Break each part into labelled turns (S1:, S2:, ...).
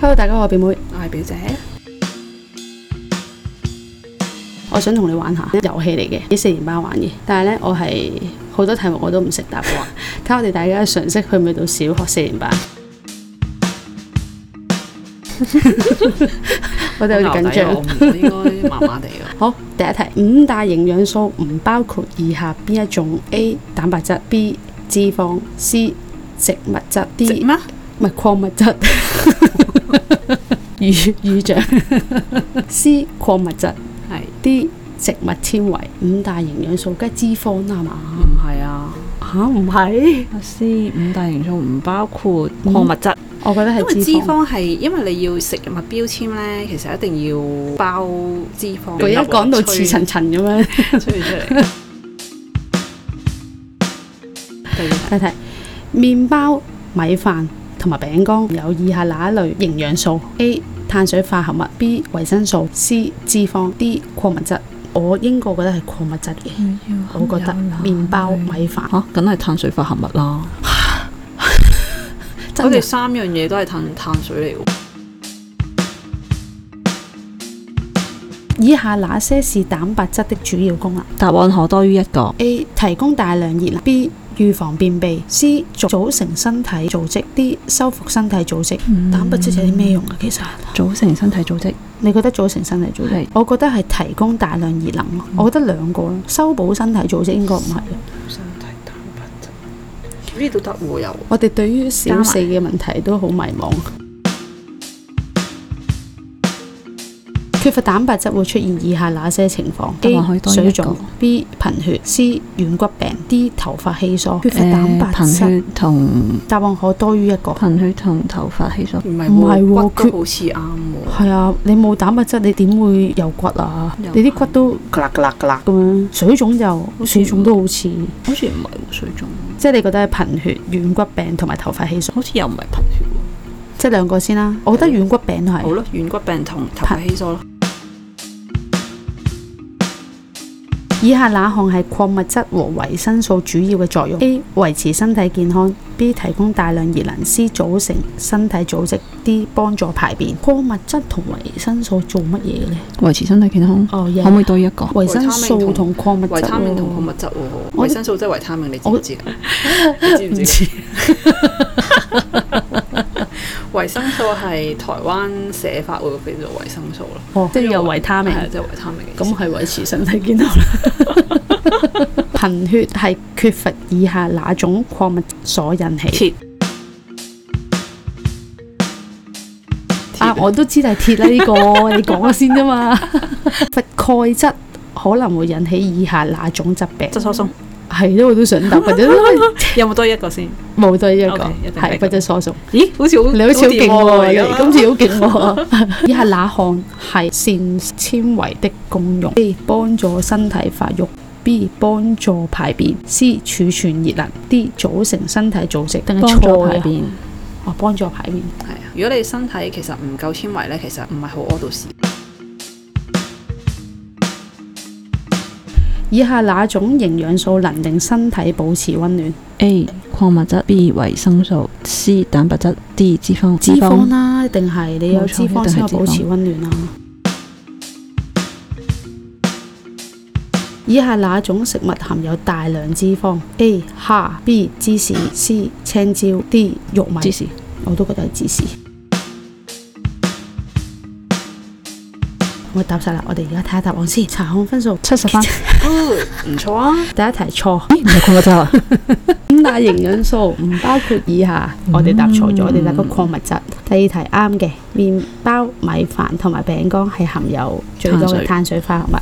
S1: Hello，大家好，我係表妹，
S2: 我係表姐，
S1: 我想同你玩下遊戲嚟嘅，啲四年班玩嘅。但係呢，我係好多題目我都唔識答嘅喎， 睇下我哋大家嘅常識去唔去到小學四年 班。我哋有啲緊
S2: 我
S1: 張。
S2: 唔我應該麻麻地 嘅。
S1: 好，第一題，五大營養素唔包括以下邊一種？A. 蛋白質，B. 脂肪，C. 植物質
S2: 植
S1: ，D.
S2: 咩？
S1: 唔係礦物 質。魚魚醬，C 礦物質。
S2: 係
S1: 啲植物纖維五大營養素，梗係脂肪啦係嘛？
S2: 唔係啊？
S1: 嚇唔係，
S3: 阿師五大營素唔包括礦物質，
S1: 我覺得
S2: 因
S1: 係
S2: 為
S1: 脂
S2: 脂
S1: 肪。
S2: 肪係因為你要食物標籤咧，其實一定要包脂肪。
S1: 佢一講到似層層咁樣，
S2: 吹吹出嚟。第二題
S1: 睇睇麵包、米飯同埋餅乾有以下哪一類營養素？A 碳水化合物，B 維生素，C 脂肪，D 礦物質。我應該覺得係礦物質嘅，我覺得麵包、米飯
S3: 嚇，梗係碳水化合物啦。
S1: 真
S2: 我哋
S1: 係
S2: 三樣嘢都係碳碳水嚟喎。
S1: 以下哪些是蛋白質的主要功能？
S3: 答案可多於一個，
S1: A 提供大量熱能，B 預防便秘，C 組組成身體組織，D 修復身體組織。蛋白質有啲咩用啊？其實
S3: 組成身體組織。
S1: 你覺得組成身體組織
S3: 係？
S1: 我覺得係提供大量熱能咯。我覺得兩個咯，修補身體組織應該唔係。
S2: 身體蛋白質呢度得喎又。
S1: 我哋對於小四嘅問題都好迷茫。缺乏蛋白質會出現以下哪些情況
S3: 答
S1: ？A
S3: 案可以多於一
S1: 水
S3: 個
S1: 腫，B 貧血，C 軟骨病，D 頭髮稀疏。缺乏蛋白
S3: 誒貧
S1: 質，
S3: 血同
S1: 答案可多於一個。
S3: 貧血同頭髮哦稀疏。
S2: 唔係
S1: 唔係喎
S2: 喎，骨
S1: 缺
S2: 都好似啱喎。
S1: 係啊，你冇蛋白質，你點會有骨啊？
S2: 又
S1: 你啲骨都咔啦咔啦咔啦咁樣，水腫就水腫都好似，
S3: 好似唔係喎水腫，
S1: 即係你覺得係貧血、軟骨病同埋頭髮稀疏，
S3: 好似又唔係貧血喎。
S1: 即係兩個先啦。我覺得軟骨病
S2: 好
S1: 係
S2: 咯，軟骨病同頭髮稀疏咯。
S1: 以下哪項係礦物質和維生素主要嘅作用？A. 維持身體健康；B. 提供大量熱能；C. 組成身體組織；D. 幫助排便。礦物質同維生素做乜嘢嘅呢？
S3: 維持身體健康，
S1: 哦，
S3: 可唔可以多於一個？
S1: 維生素同礦物質喎，
S2: 維他命同礦物質喎，
S1: 我
S2: 維生素即係維他命，你知
S1: 我
S2: 唔知啊？你知唔 知？維生素係台灣寫法會叫做維生素咯，
S1: 哦，即係有維他命
S2: 係。啊即係維他命嘅意思。
S1: 咁係維持身體健康啦。 貧血係缺乏以下哪種礦物所引起？啊，我都知係鐵啦，呢、個 你講咗先啫嘛。乏鈣質可能會引起以下哪種疾病？
S2: 質疏鬆
S1: 係咯，我都想答，或者
S2: 有冇多一個先？
S1: 冇對一
S2: OK，
S1: 個
S2: 一定係
S1: 係骨質疏鬆。
S2: 咦，好似 好
S1: 你好似好勁喎，
S2: 掂
S1: 你
S2: 喎
S1: 今次好勁 喎。以下哪項係膳食纖維的功用？A. 幫助身體發育；B. 幫助排便；C. 儲存熱能；D. 組成身體組織。定係
S3: 幫助
S1: 錯
S3: 排
S1: 啊？
S3: 便，
S1: 哦，幫助排便。
S2: 係啊，如果你身體其實唔夠纖維咧，其實唔係好屙到屎。
S1: 以下哪種營養素能令身體保持温暖？
S3: A 礦物質，B 維生素，C 蛋白質，D 脂肪。啊
S2: 啊
S1: 脂肪啊啦，定係你有
S3: 冇
S1: 脂
S3: 錯
S1: 肪啊
S3: 一定係
S1: 先可以
S3: 脂肪
S1: 保持温暖啦。以下哪種食物含有大量脂肪？A. 蝦 B. 芝士 C. 青椒 D. 玉米。
S3: 芝士。
S1: 我都覺得係芝士。我答晒啦，我哋而家睇下答案先。查看分數七 十分，
S2: Good，唔錯啊！
S1: 第一題錯。
S3: 咦唔係礦物質啊？
S1: 五大營養素唔包括以下，
S3: 嗯
S1: 我哋答錯咗，我哋答咗礦物質。第二題啱嘅，麵包、米飯同埋餅乾係含有最多嘅碳水化合物。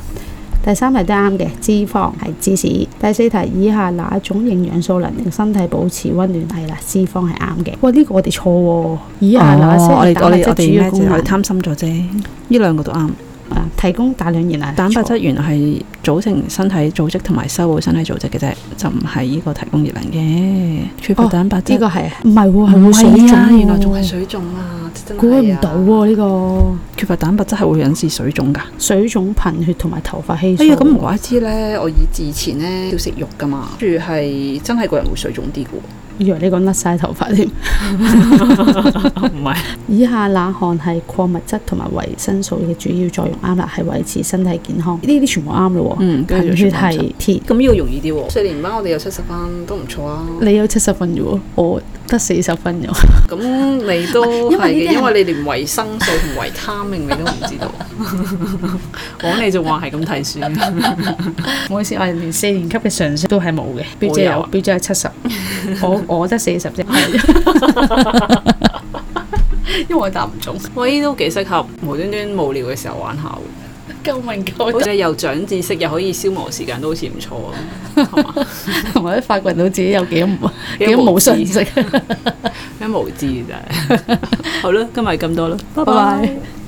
S1: 第三題都啱嘅，脂肪係芝士。第四題以下哪種營養素能令身體保持温暖？係啦，脂肪係啱嘅。喂，呢、個我哋錯喎。以下哪些
S3: 哦我
S1: 係
S3: 哋
S1: 蛋
S3: 我
S1: 白
S3: 哋我
S1: 質
S3: 哋
S1: 主
S3: 咩
S1: 要功
S3: 啫？我
S1: 能
S3: 哋？貪心咗啫，呢兩個都啱。
S1: 啊提供大量熱能。
S3: 蛋白
S1: 錯
S3: 質原來係組成身體組織同埋修補身體組織嘅啫，就唔係呢個提供熱能嘅。缺乏
S1: 哦
S3: 蛋白
S1: 呢
S3: 質，
S1: 個係唔係喎？係
S3: 嗯唔
S1: 會
S3: 係
S1: 水
S3: 啊
S1: 腫喎，
S2: 原來仲係水腫啊！真係啊
S1: 估佢唔到喎呢個。
S3: 缺乏蛋白質係會引致水腫㗎。
S1: 水腫、貧血同埋頭髮稀疏。
S2: 哎呀，咁唔怪之咧，我以以前咧要食肉噶嘛，跟住係真係個人會水腫啲嘅喎。
S1: 以為你講甩晒頭髮添。
S3: 唔係
S1: 以下冷汗係礦物質同埋維生素嘅主要作用，啱啦，係維持身體健康。呢啲全部啱咯喎。
S3: 嗯，跟
S1: 貧
S3: 住就全
S1: 血
S3: 部
S1: 係鐵，
S4: 咁呢個容易啲喎。
S2: 四年班我哋有七十分，都唔錯啊。
S1: 你有七十分啫喎，我得四十分啫喎。
S2: 咁你都
S1: 因為呢啲
S2: 係嘅，
S1: 係
S2: 因為你連維生素同維他命你都唔知道。講你就話係咁睇書，
S1: 唔好意思，我哋連四年級嘅常識都係冇嘅。表姐
S2: 我有
S1: 有
S2: 啊，
S1: 表姐係七十，我我得四十啫。
S2: 因為我答唔中。喂，都幾適合無端端無聊嘅時候玩下喎。
S1: 救命救
S2: 好似又長知識，又可以消磨時間，都好似唔錯啊。
S1: 同埋都發掘到自己有幾咁幾
S2: 幾
S1: 咁
S2: 咁
S1: 冇
S2: 無
S1: 常識。
S2: 咩無知真係。好啦，今日咁多啦，拜 啊
S1: 拜
S2: 拜
S1: 拜。